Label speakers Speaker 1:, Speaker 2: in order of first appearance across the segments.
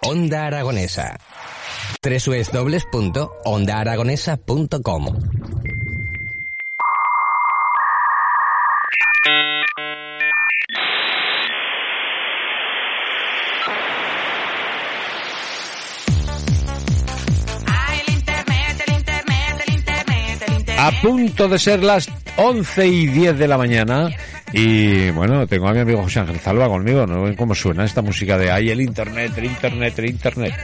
Speaker 1: Onda Aragonesa. www.ondaaragonesa.com
Speaker 2: A punto de ser las 11 y 10 de la mañana. Y bueno, tengo a mi amigo José Ángel Zalba conmigo. ¿No ven cómo suena esta música de ahí? El internet, el internet, el internet.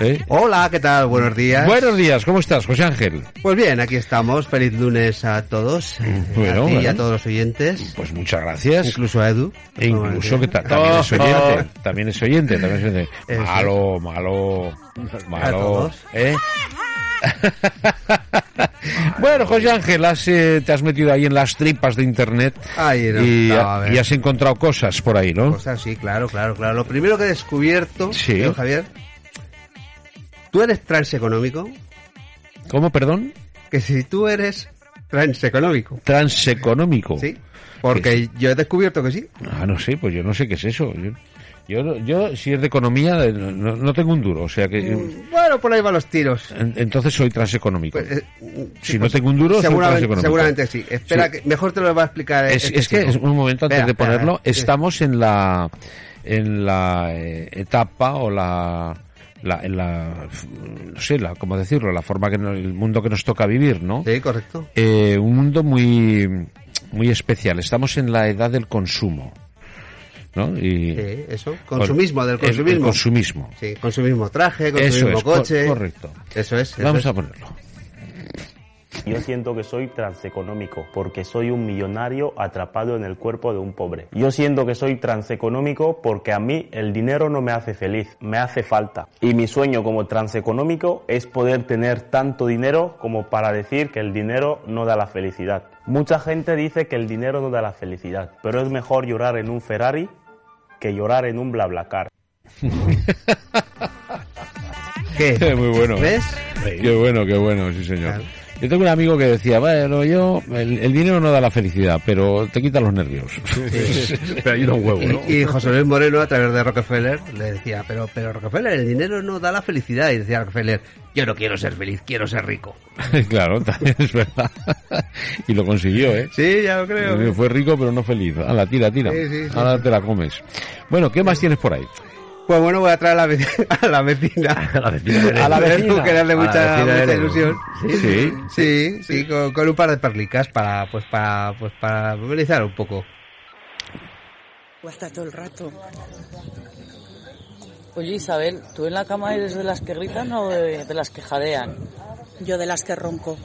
Speaker 2: ¿Eh?
Speaker 3: Hola, ¿qué tal? Buenos días.
Speaker 2: Buenos días, ¿cómo estás, José Ángel?
Speaker 3: Pues bien, aquí estamos. Feliz lunes a todos.
Speaker 2: Mm, bueno,
Speaker 3: a ti y
Speaker 2: bueno.
Speaker 3: a todos los oyentes.
Speaker 2: Pues muchas gracias.
Speaker 3: Incluso a Edu.
Speaker 2: E incluso que ta- también es oyente, también es oyente, también es oyente.
Speaker 3: Eso es.
Speaker 2: Malo, malo, malo.
Speaker 3: todos.
Speaker 2: ¿eh? bueno, José Ángel, has, eh, te has metido ahí en las tripas de internet
Speaker 3: Ay, no,
Speaker 2: y,
Speaker 3: no, a ver.
Speaker 2: y has encontrado cosas por ahí, ¿no?
Speaker 3: O sea, sí, Pues claro, claro, claro. Lo primero que he descubierto,
Speaker 2: Sí.
Speaker 3: creo, Javier, tú eres transeconómico,
Speaker 2: ¿Cómo, perdón?
Speaker 3: que si tú eres transeconómico,
Speaker 2: Transeconómico.
Speaker 3: ¿sí? Porque yo he descubierto que sí.
Speaker 2: Ah, no sé, pues yo no sé qué es eso. Yo, yo, no- yo, si es de economía, eh, no, no tengo un duro, o sea que... eh,
Speaker 3: Bueno, por ahí van los tiros.
Speaker 2: en- Entonces soy transeconómico.
Speaker 3: Mm. Pues, eh,
Speaker 2: si
Speaker 3: sí,
Speaker 2: no
Speaker 3: pues,
Speaker 2: tengo un duro, soy
Speaker 3: seguramente,
Speaker 2: transeconómico.
Speaker 3: seguramente sí. Espera,
Speaker 2: Sí.
Speaker 3: que mejor te lo va a explicar. eh,
Speaker 2: es,
Speaker 3: este
Speaker 2: es que
Speaker 3: chico.
Speaker 2: es un momento antes
Speaker 3: Espera,
Speaker 2: de
Speaker 3: espera,
Speaker 2: ponerlo
Speaker 3: espera.
Speaker 2: estamos en la en la eh, etapa o la, la- en la no sé la cómo decirlo la forma que nos- el mundo que nos toca vivir no
Speaker 3: Sí, correcto.
Speaker 2: Eh, un mundo muy muy especial estamos en la edad del consumo no y
Speaker 3: Sí, eso. Consumismo, del
Speaker 2: el- el
Speaker 3: consumismo.
Speaker 2: consumismo
Speaker 3: Sí, con su mismo traje, con su
Speaker 2: eso
Speaker 3: mismo
Speaker 2: es cor-
Speaker 3: coche.
Speaker 2: correcto
Speaker 3: Eso es. eso
Speaker 2: vamos
Speaker 3: es.
Speaker 2: a ponerlo
Speaker 4: Yo siento que soy transeconómico porque soy un millonario atrapado en el cuerpo de un pobre. Yo siento que soy transeconómico porque a mí el dinero no me hace feliz, me hace falta. Y mi sueño como transeconómico es poder tener tanto dinero como para decir que el dinero no da la felicidad. Mucha gente dice que el dinero no da la felicidad, pero es mejor llorar en un Ferrari que llorar en un BlaBlaCar.
Speaker 3: ¿Qué?
Speaker 2: muy bueno
Speaker 3: ¿Ves?
Speaker 2: Qué bueno, qué bueno, sí señor.
Speaker 3: Claro.
Speaker 2: Yo tengo un amigo que decía, bueno, yo, el, el dinero no da la felicidad, pero te quita los nervios.
Speaker 5: Pero ayuda un huevo, ¿no?
Speaker 3: Y José Luis Moreno, a través de Rockefeller, le decía, pero, pero Rockefeller, el dinero no da la felicidad. Y decía Rockefeller, yo no quiero ser feliz, quiero ser rico.
Speaker 2: claro, también es verdad. y lo consiguió, ¿eh?
Speaker 3: Sí, ya lo creo.
Speaker 2: Fue rico pero no feliz. A la tira, tira.
Speaker 3: Sí, sí, sí.
Speaker 2: Ahora te la comes. Bueno, ¿qué más tienes por ahí?
Speaker 3: Pues bueno, voy a traer a la vecina. A la vecina.
Speaker 5: A la vecina de
Speaker 3: A la
Speaker 5: Leroy.
Speaker 3: vecina. Que darle
Speaker 5: A la
Speaker 3: mucha,
Speaker 5: vecina de
Speaker 3: mucha
Speaker 5: Leroy.
Speaker 3: ilusión.
Speaker 2: Sí.
Speaker 3: Sí, sí, con, con un par de perlicas para, pues para, pues para movilizar un poco.
Speaker 6: O hasta todo el rato. Oye, Isabel, ¿tú en la cama eres de las que gritan o de, de las que jadean? Yo de las que ronco.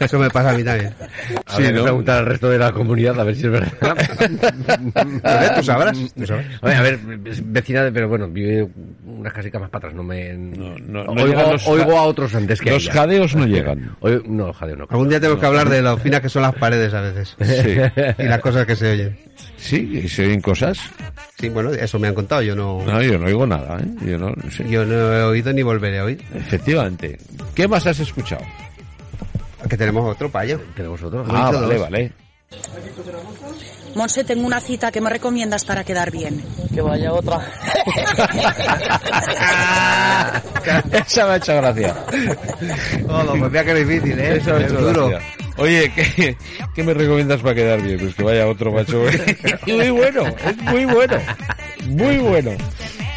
Speaker 3: Eso me pasa a mí también.
Speaker 5: A
Speaker 2: Sí,
Speaker 5: ver,
Speaker 2: ¿no?
Speaker 5: preguntar al resto de la comunidad a ver si es
Speaker 3: A ver,
Speaker 5: verdad.
Speaker 3: tú sabrás, tú sabrás.
Speaker 5: A ver, a ver, es vecina de, pero bueno, vive unas casitas más para atrás, no me...
Speaker 2: no, no
Speaker 5: oigo,
Speaker 2: llegan los-
Speaker 5: oigo a otros antes que a
Speaker 2: los
Speaker 5: ella.
Speaker 2: jadeos no llegan.
Speaker 5: Oigo- no, los jadeos no.
Speaker 3: Algún día tenemos que hablar de lo finas que son las paredes a veces.
Speaker 2: Sí.
Speaker 3: Y las cosas que se oyen.
Speaker 2: Sí, y se oyen cosas.
Speaker 3: Sí, bueno, eso me han contado, yo no,
Speaker 2: No, yo no oigo nada, ¿eh? Yo no, no sé.
Speaker 3: yo no he oído ni volveré a oír.
Speaker 2: Efectivamente. ¿Qué más has escuchado?
Speaker 3: Que tenemos otro payo.
Speaker 5: Tenemos otro.
Speaker 2: Ah,
Speaker 3: dicho
Speaker 2: vale,
Speaker 3: dos.
Speaker 2: vale.
Speaker 7: Monse, tengo una cita que me recomiendas para quedar bien.
Speaker 6: Que vaya otra.
Speaker 5: Ah.
Speaker 2: Esa me ha hecho gracia.
Speaker 3: Todo, pues mira que es difícil, ¿eh?
Speaker 2: Eso
Speaker 3: es
Speaker 2: es
Speaker 3: duro.
Speaker 2: gracia. Oye, ¿qué, qué me recomiendas para quedar bien? Pues que vaya otro macho. muy bueno, es muy bueno. Muy bueno.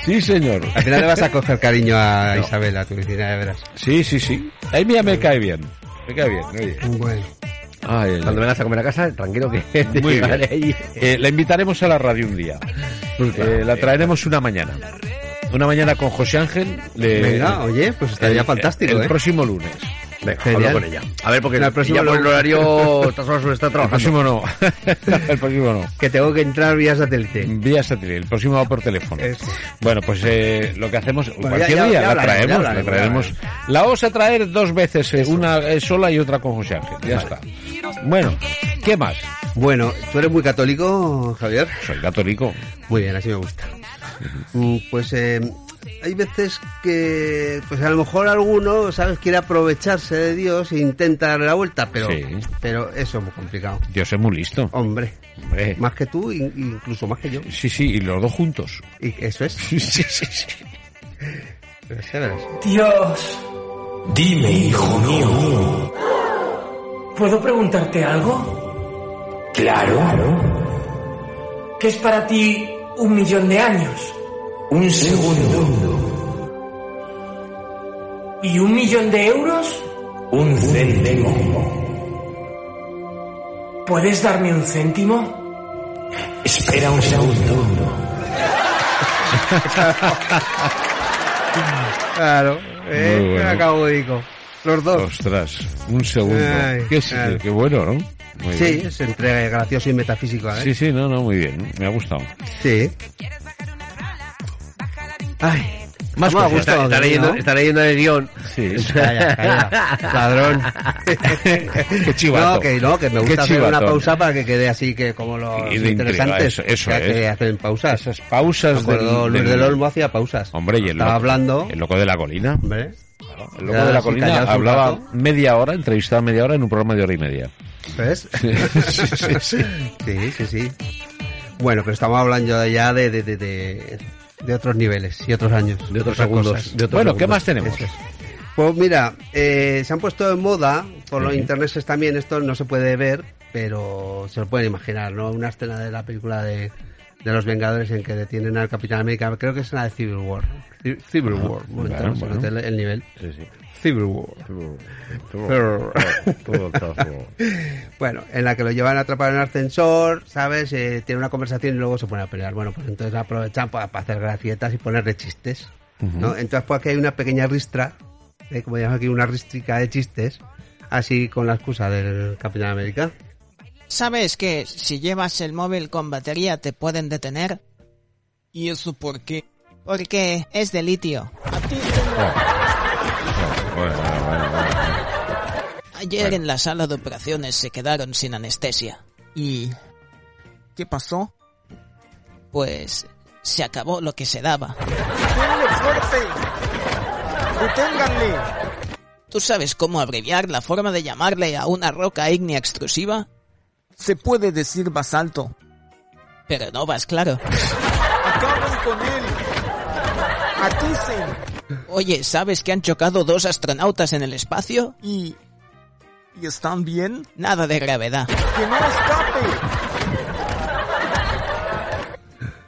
Speaker 2: Sí, señor.
Speaker 3: Al final le vas a coger cariño a Isabel, a tu vecina, ya verás.
Speaker 2: Sí, sí, sí. Ahí mira, me cae bien. Me cae bien, oye.
Speaker 3: Bueno.
Speaker 2: Ay, ay,
Speaker 5: Cuando
Speaker 2: ay.
Speaker 5: vengas a comer a casa, tranquilo que te
Speaker 2: Muy
Speaker 5: llevaré allí.
Speaker 2: bien. Eh, la invitaremos a la radio un día. Eh, la traeremos una mañana. Una mañana con José Ángel. Le-
Speaker 3: Venga, oye, pues estaría
Speaker 2: el-
Speaker 3: fantástico,
Speaker 2: El
Speaker 3: ¿eh?
Speaker 2: próximo lunes.
Speaker 5: Venga,
Speaker 3: Genial.
Speaker 5: hablo con ella. A ver, porque
Speaker 3: No, el próximo
Speaker 5: ella por el
Speaker 3: lo-
Speaker 5: horario estas horas suele estar
Speaker 2: El
Speaker 5: trabajando.
Speaker 2: próximo no. el próximo no.
Speaker 3: Que tengo que entrar vía satélite.
Speaker 2: Vía satélite, el próximo va por teléfono.
Speaker 3: Eso.
Speaker 2: Bueno, pues eh, lo que hacemos, cualquier
Speaker 3: ya- ya-
Speaker 2: día
Speaker 3: ya
Speaker 2: la
Speaker 3: hablaremos,
Speaker 2: traemos,
Speaker 3: ya hablaremos,
Speaker 2: la traemos. La vamos a traer dos veces, eh, una eh, sola y otra con José Ángel, ya está. Bueno, ¿qué más?
Speaker 3: Bueno, ¿tú eres muy católico, Javier?
Speaker 2: Soy católico.
Speaker 3: Muy bien, así me gusta. Mm, Pues eh, hay veces que, pues a lo mejor alguno, ¿sabes?, quiere aprovecharse de Dios e intenta darle la vuelta, pero,
Speaker 2: Sí.
Speaker 3: pero eso es muy complicado.
Speaker 2: Dios es muy listo.
Speaker 3: Hombre,
Speaker 2: Hombre.
Speaker 3: más que tú, in- incluso más que yo.
Speaker 2: Sí, sí, y los dos juntos.
Speaker 3: Y eso es.
Speaker 2: Sí, sí, sí.
Speaker 3: Eso es.
Speaker 8: Dios,
Speaker 1: Dime, hijo mío.
Speaker 8: ¿puedo preguntarte algo?
Speaker 1: Claro.
Speaker 8: ¿Qué es para ti un millón de años?
Speaker 1: Un segundo.
Speaker 8: ¿Y un millón de euros?
Speaker 1: Un céntimo.
Speaker 8: ¿Puedes darme un céntimo?
Speaker 1: Espera un segundo.
Speaker 3: Claro, eh,
Speaker 2: Muy bueno. Pues,
Speaker 3: acabo de digo. Los dos.
Speaker 2: Ostras, un segundo.
Speaker 3: Ay,
Speaker 2: qué, es-
Speaker 3: claro.
Speaker 2: qué bueno, ¿no? Muy
Speaker 3: sí,
Speaker 2: bien.
Speaker 3: es entre gracioso y metafísico, ¿eh?
Speaker 2: Sí, sí, no, no, muy bien. Me ha gustado.
Speaker 3: Sí. Ay,
Speaker 2: Más
Speaker 3: me ha
Speaker 2: cosas.
Speaker 3: gustado.
Speaker 5: Está leyendo,
Speaker 3: ¿no?
Speaker 5: está leyendo el guión.
Speaker 2: Sí.
Speaker 3: Calla, calla, ladrón.
Speaker 2: Qué chivato.
Speaker 3: No, que no, que me
Speaker 2: Qué
Speaker 3: gusta hacer una
Speaker 2: chivatón.
Speaker 3: pausa para que quede así que como los
Speaker 2: Y de intriga,
Speaker 3: interesantes
Speaker 2: eso- eso
Speaker 3: ya
Speaker 2: es.
Speaker 3: que hacen pausas.
Speaker 2: Esas pausas
Speaker 3: Me acuerdo,
Speaker 2: del-
Speaker 3: Luis
Speaker 2: del-
Speaker 3: del Olmo hacía pausas.
Speaker 2: Hombre, y el
Speaker 3: Estaba
Speaker 2: loco,
Speaker 3: hablando.
Speaker 2: El loco de la colina.
Speaker 3: Hombre.
Speaker 2: El loco
Speaker 3: Ya,
Speaker 2: de la
Speaker 3: sí,
Speaker 2: colina
Speaker 3: callaos un
Speaker 2: hablaba
Speaker 3: rato.
Speaker 2: media hora, entrevistaba media hora en un programa de hora y media.
Speaker 3: ¿Ves?
Speaker 2: Sí, sí, sí.
Speaker 3: Sí, sí, sí. Bueno, pero estamos hablando ya de, de, de, de, de otros niveles y otros años.
Speaker 5: De otros
Speaker 3: otras
Speaker 5: segundos.
Speaker 3: cosas.
Speaker 5: de otros
Speaker 2: Bueno, ¿qué
Speaker 5: segundos.
Speaker 2: más tenemos?
Speaker 3: Eso es. Pues mira, eh, se han puesto en moda, por los internets también, esto no se puede ver, pero se lo pueden imaginar, ¿no? Una escena de la película de, de los Vengadores en que detienen al Capitán América, creo que es una de Civil War. Ci- Civil War, un momento,
Speaker 2: claro,
Speaker 3: se
Speaker 2: bueno.
Speaker 3: nota el- el nivel.
Speaker 2: Sí, sí.
Speaker 3: Civil War. Pero- Bueno, en la que lo llevan atrapado en el ascensor, ¿sabes? Eh, tiene una conversación y luego se pone a pelear. Bueno, pues entonces aprovechan para, hacer gracietas y ponerle chistes, ¿no? Entonces, pues aquí hay una pequeña ristra, ¿eh? como llamamos aquí, una ristrica de chistes, así con la excusa del Capitán América.
Speaker 9: ¿Sabes que si llevas el móvil con batería te pueden detener? ¿Y eso por qué? Porque es de litio.
Speaker 2: Bueno, bueno, bueno, bueno.
Speaker 9: Ayer en la sala de operaciones se quedaron sin anestesia. ¿Y qué pasó? Pues se acabó lo que se daba. ¿Tú sabes cómo abreviar la forma de llamarle a una roca ígnea extrusiva? Se puede decir basalto. Pero no vas claro. Oye, ¿sabes que han chocado dos astronautas en el espacio? ¿Y... ¿Y están bien? Nada de gravedad.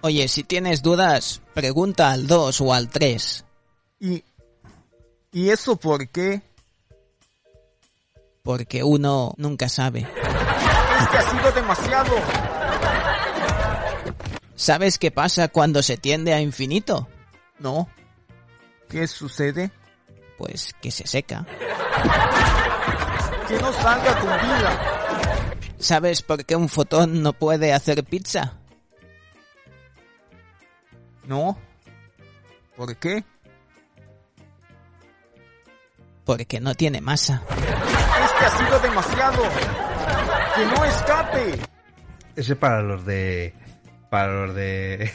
Speaker 9: Oye, si tienes dudas, pregunta al 2 o al 3. ¿Y... ¿Y eso por qué? Porque uno nunca sabe. ¿Sabes qué pasa cuando se tiende a infinito? No. ¿Qué sucede? Pues que se seca. Que no salga con vida. ¿Sabes por qué un fotón no puede hacer pizza? No. ¿Por qué? Porque no tiene masa. Este ha sido demasiado. Que no escape.
Speaker 3: Ese es para los de... Para los de...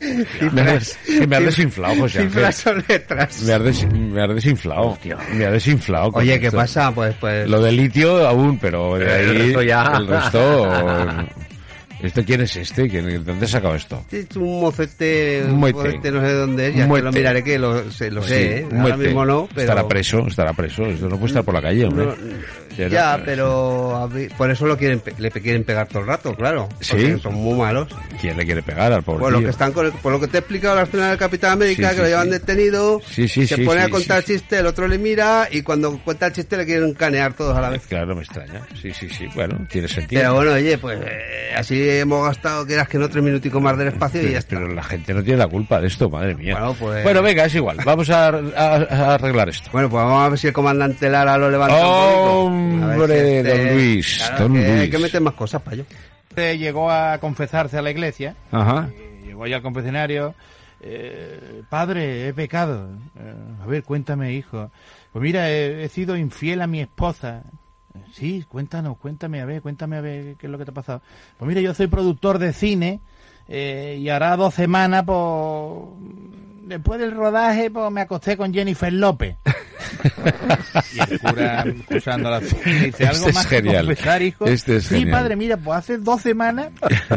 Speaker 2: Me has, que me has desinflado, José. Ángel.
Speaker 3: Cifras o letras.
Speaker 2: Me has, des- me has desinflado. Me has desinflado. con
Speaker 3: Oye, ¿qué
Speaker 2: esto.
Speaker 3: pasa? Pues, pues...
Speaker 2: Lo de litio aún, pero de ahí,
Speaker 5: Pero el resto ya.
Speaker 2: el resto, ¿Este quién es este? ¿Quién- ¿Dónde has sacado esto?
Speaker 3: Es un mocete,
Speaker 2: Un
Speaker 3: un
Speaker 2: moete.
Speaker 3: mocete, no sé dónde es, ya
Speaker 2: Un
Speaker 3: que lo
Speaker 2: moete.
Speaker 3: miraré que lo, se- lo sé, ¿eh?
Speaker 2: Pues Sí,
Speaker 3: ahora
Speaker 2: muerte.
Speaker 3: mismo no, pero...
Speaker 2: Estará preso, estará preso. Esto no puede estar por la calle, hombre.
Speaker 3: Ya, pero a mí- por eso lo quieren pe- le pe- quieren pegar todo el rato, claro.
Speaker 2: Sí.
Speaker 3: porque Son muy malos.
Speaker 2: ¿Quién le quiere pegar al pobre
Speaker 3: Por lo,
Speaker 2: tío?
Speaker 3: que están con el- por lo que te he explicado la escena del Capitán América,
Speaker 2: Sí,
Speaker 3: que
Speaker 2: sí,
Speaker 3: lo llevan
Speaker 2: sí.
Speaker 3: detenido,
Speaker 2: Sí, sí,
Speaker 3: se
Speaker 2: sí,
Speaker 3: pone
Speaker 2: sí,
Speaker 3: a contar
Speaker 2: sí,
Speaker 3: chiste, el otro le mira y cuando cuenta el chiste le quieren canear todos a la vez.
Speaker 2: Claro, me extraña. Sí, sí, sí. Bueno, tiene sentido.
Speaker 3: Pero bueno, oye, pues eh, así hemos gastado, quieras que no, tres minuticos más del espacio y ya está.
Speaker 2: Pero la gente no tiene la culpa de esto, madre mía.
Speaker 3: Bueno, pues-
Speaker 2: Bueno, venga, es igual. Vamos a, a- a arreglar esto.
Speaker 3: Bueno, pues vamos a ver si el comandante Lara lo levanta. un poquito. A ver
Speaker 2: Hombre,
Speaker 3: si
Speaker 2: don Luis,
Speaker 3: claro,
Speaker 2: don
Speaker 3: que Hay
Speaker 2: Luis.
Speaker 3: que meter más cosas para yo.
Speaker 10: llegó a confesarse a la iglesia,
Speaker 2: Ajá.
Speaker 10: eh, llegó allá al confesionario, eh, padre, he pecado. Eh, a ver, cuéntame, hijo. Pues mira, he, he sido infiel a mi esposa. "Eh, Sí, cuéntanos, cuéntame, a ver, cuéntame a ver qué es lo que te ha pasado. Pues mira, yo soy productor de cine eh, y hará dos semanas, pues, después del rodaje pues, me acosté con Jennifer López. y el cura usando la cinta dice algo
Speaker 2: Este es
Speaker 10: más que
Speaker 2: genial.
Speaker 10: confesar, hijo.
Speaker 2: Este es
Speaker 10: sí,
Speaker 2: genial.
Speaker 10: padre, mira, pues hace dos semanas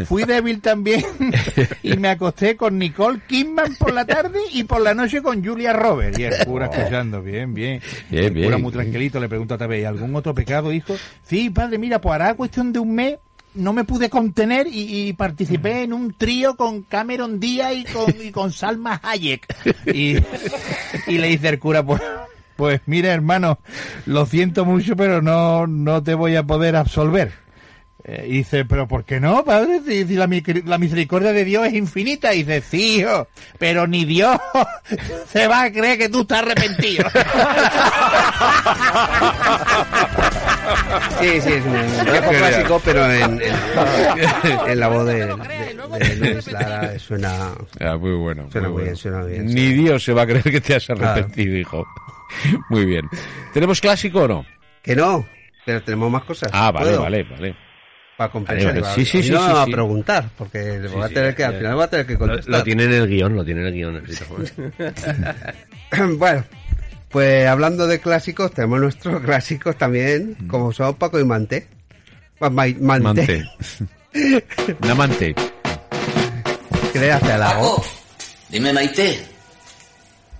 Speaker 10: fui débil también y me acosté con Nicole Kidman por la tarde y por la noche con Julia Roberts. Y el cura escuchando, bien, bien.
Speaker 2: Oh. Bien,
Speaker 10: el cura
Speaker 2: bien.
Speaker 10: muy tranquilito le pregunta otra vez, ¿y algún otro pecado, hijo? Sí, padre, mira, pues hará cuestión de un mes no me pude contener y, y participé en un trío con Cameron Díaz y con, y con Salma Hayek. Y, y le dice el cura, pues, pues mira hermano, lo siento mucho, pero no, no te voy a poder absolver. Eh, y dice, pero ¿por qué no, padre? Si, si la, mi- la misericordia de Dios es infinita. Y dice, sí, hijo, pero ni Dios se va a creer que tú estás arrepentido.
Speaker 3: Sí, sí, es un viejo
Speaker 2: Genial.
Speaker 3: clásico, pero en, en- en la voz de, de- de Luis Lara suena...
Speaker 2: Ah, muy bueno.
Speaker 3: Suena
Speaker 2: muy
Speaker 3: muy
Speaker 2: bueno.
Speaker 3: bien, suena bien,
Speaker 2: Ni Dios se va a creer que te has arrepentido, hijo. Muy bien. ¿Tenemos clásico o no?
Speaker 3: Que no, pero tenemos más cosas.
Speaker 2: Ah, vale,
Speaker 3: ¿Puedo?
Speaker 2: vale, vale.
Speaker 3: Para compensar.
Speaker 2: Vale, vale. Sí, sí,
Speaker 3: Y
Speaker 2: sí,
Speaker 3: no
Speaker 2: sí,
Speaker 3: me va a
Speaker 2: sí.
Speaker 3: preguntar, porque
Speaker 5: Sí,
Speaker 3: va a
Speaker 5: sí,
Speaker 3: tener
Speaker 5: ya,
Speaker 3: que, al
Speaker 5: ya.
Speaker 3: final va a tener que
Speaker 5: Lo,
Speaker 3: contestar.
Speaker 5: lo tiene en el guión, lo tiene en el guión. escrito, joder.
Speaker 3: bueno, pues hablando de clásicos, tenemos nuestros clásicos también, como son Paco y Manté. Ma- ma- Manté.
Speaker 2: Mante. Una mante.
Speaker 3: Que le hace al agua.
Speaker 11: Paco, dime Maite.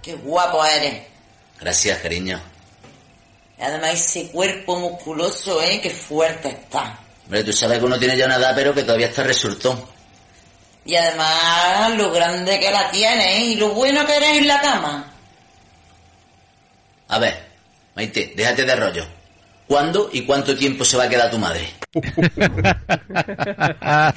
Speaker 11: Qué guapo eres. Gracias, cariño.
Speaker 12: Además, ese cuerpo musculoso, ¿eh? Qué fuerte está.
Speaker 11: Hombre, tú sabes que uno tiene ya una edad, pero que todavía está resultón.
Speaker 12: Y además, lo grande que la tienes, ¿eh? Y lo bueno que eres en la cama.
Speaker 11: A ver, Maite, déjate de rollo. ¿Cuándo y cuánto tiempo se va a quedar tu madre?
Speaker 3: Es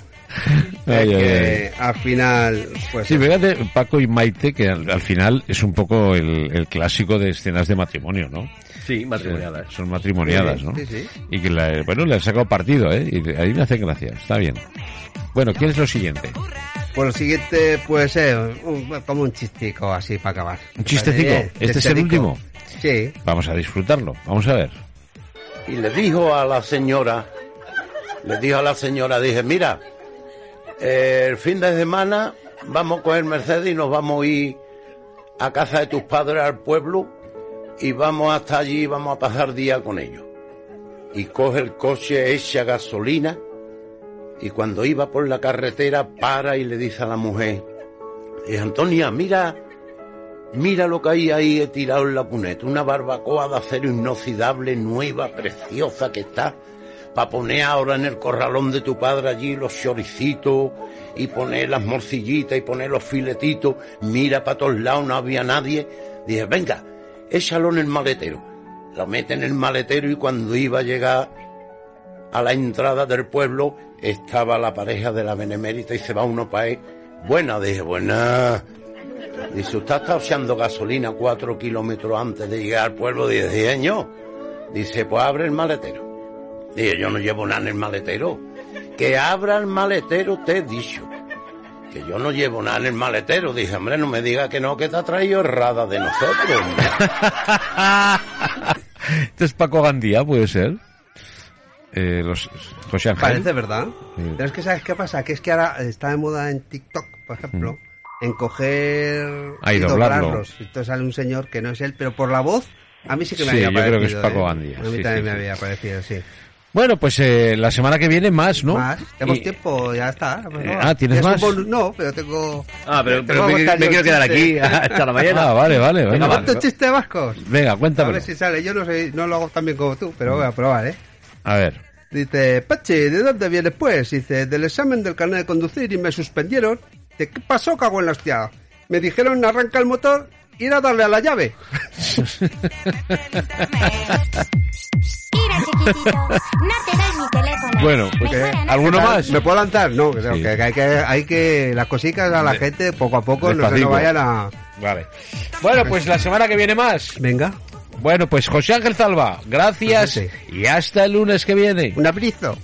Speaker 2: Ay, ay,
Speaker 3: que al final, pues...
Speaker 2: Sí, fíjate, Paco y Maite, que al, al final es un poco el, el clásico de escenas de matrimonio, ¿no?
Speaker 5: Sí, matrimoniadas.
Speaker 2: Son matrimoniadas, ¿no?
Speaker 5: Sí, sí.
Speaker 2: Y que, la- bueno, le han sacado partido, ¿eh? Y ahí me hace gracia, está bien. Bueno, ¿quién es lo siguiente?
Speaker 3: Por lo siguiente puede ser un- como un chistico así para acabar.
Speaker 2: Un chistecico.
Speaker 3: Bien,
Speaker 2: ¿Este es el
Speaker 3: chistecico.
Speaker 2: último?
Speaker 3: Sí.
Speaker 2: Vamos a disfrutarlo, vamos a ver.
Speaker 13: y le dijo a la señora, le dijo a la señora, dije, mira, eh, el fin de semana vamos a coger Mercedes y nos vamos a ir a casa de tus padres al pueblo y vamos hasta allí y vamos a pasar día con ellos. Y coge el coche, echa gasolina y cuando iba por la carretera para y le dice a la mujer, dice, Antonia, mira, Mira lo que hay ahí he tirado en la puneta. Una barbacoa de acero inoxidable, nueva, preciosa que está. Para poner ahora en el corralón de tu padre allí los choricitos y poner las morcillitas y poner los filetitos. Mira para todos lados, no había nadie. Dije, venga, échalo en el maletero. Lo mete en el maletero y cuando iba a llegar a la entrada del pueblo estaba la pareja de la benemérita y se va uno para él. Buena, dije, buena. Dice, usted está echando gasolina cuatro kilómetros antes de llegar al pueblo. Dice, años. Dice, pues abre el maletero. Dije, yo no llevo nada en el maletero. Que abra el maletero, te he dicho. Que yo no llevo nada en el maletero. Dije, hombre, no me diga que no, que te ha traído errada de nosotros. hombre".
Speaker 2: Este es Paco Gandía, puede ser. Eh, los, José Ángel.
Speaker 3: Parece verdad.
Speaker 2: Sí.
Speaker 3: Pero es que sabes qué pasa, que es que ahora está de moda en TikTok, por ejemplo, en coger
Speaker 2: Ah, y
Speaker 3: y
Speaker 2: Mm. doblarlo.
Speaker 3: doblarlos. Entonces sale un señor que no es él, pero por la voz a mí sí que me
Speaker 2: Sí,
Speaker 3: había
Speaker 2: yo creo
Speaker 3: parecido.
Speaker 2: que es Paco
Speaker 3: ¿eh?
Speaker 2: Gandía,
Speaker 3: A mí
Speaker 2: sí,
Speaker 3: también
Speaker 2: sí,
Speaker 3: me
Speaker 2: sí.
Speaker 3: había parecido, sí.
Speaker 2: Bueno, pues eh, la semana que viene más, ¿no?
Speaker 3: Más, tenemos
Speaker 2: Y-
Speaker 3: tiempo, ya está. pues
Speaker 2: Eh,
Speaker 3: no,
Speaker 2: ah, ¿tienes
Speaker 3: es un
Speaker 2: más?
Speaker 3: bonus- no, pero tengo
Speaker 5: Ah, pero,
Speaker 3: Te
Speaker 5: pero
Speaker 3: voy a
Speaker 5: me,
Speaker 3: contar
Speaker 5: me
Speaker 3: yo
Speaker 5: quiero
Speaker 3: un
Speaker 5: quedar aquí
Speaker 3: chiste.
Speaker 5: hasta la mañana.
Speaker 2: Ah, vale, vale, vale.
Speaker 5: Venga,
Speaker 2: Venga,
Speaker 5: va.
Speaker 3: ¿Cuántos chistes vascos?
Speaker 2: Venga,
Speaker 3: A
Speaker 2: cuéntamelo.
Speaker 3: ver si sale, yo no sé, no lo hago tan bien como tú, pero voy a probar, ¿eh?
Speaker 2: A ver.
Speaker 3: Dice, Pachi, ¿de dónde vienes pues? Dice, del examen del carnet de conducir y me suspendieron. ¿De qué pasó, cago en la hostia? Me dijeron, arranca el motor, ir a darle a la llave.
Speaker 14: Mira, chiquitito, no te doy mi teléfono.
Speaker 2: Bueno, pues,
Speaker 14: Mejor
Speaker 2: eh,
Speaker 14: anoche.
Speaker 2: ¿alguno más?
Speaker 3: ¿Me puedo lanzar? No, creo
Speaker 2: Sí.
Speaker 3: que hay que, hay que, las cositas a la
Speaker 2: De-
Speaker 3: gente poco a poco no se
Speaker 2: Despacito.
Speaker 3: nos vayan a...
Speaker 2: Vale. Bueno, pues la semana que viene más.
Speaker 3: Venga.
Speaker 2: Bueno, pues José Ángel Salva, gracias y hasta el lunes que viene.
Speaker 3: Un abrizo.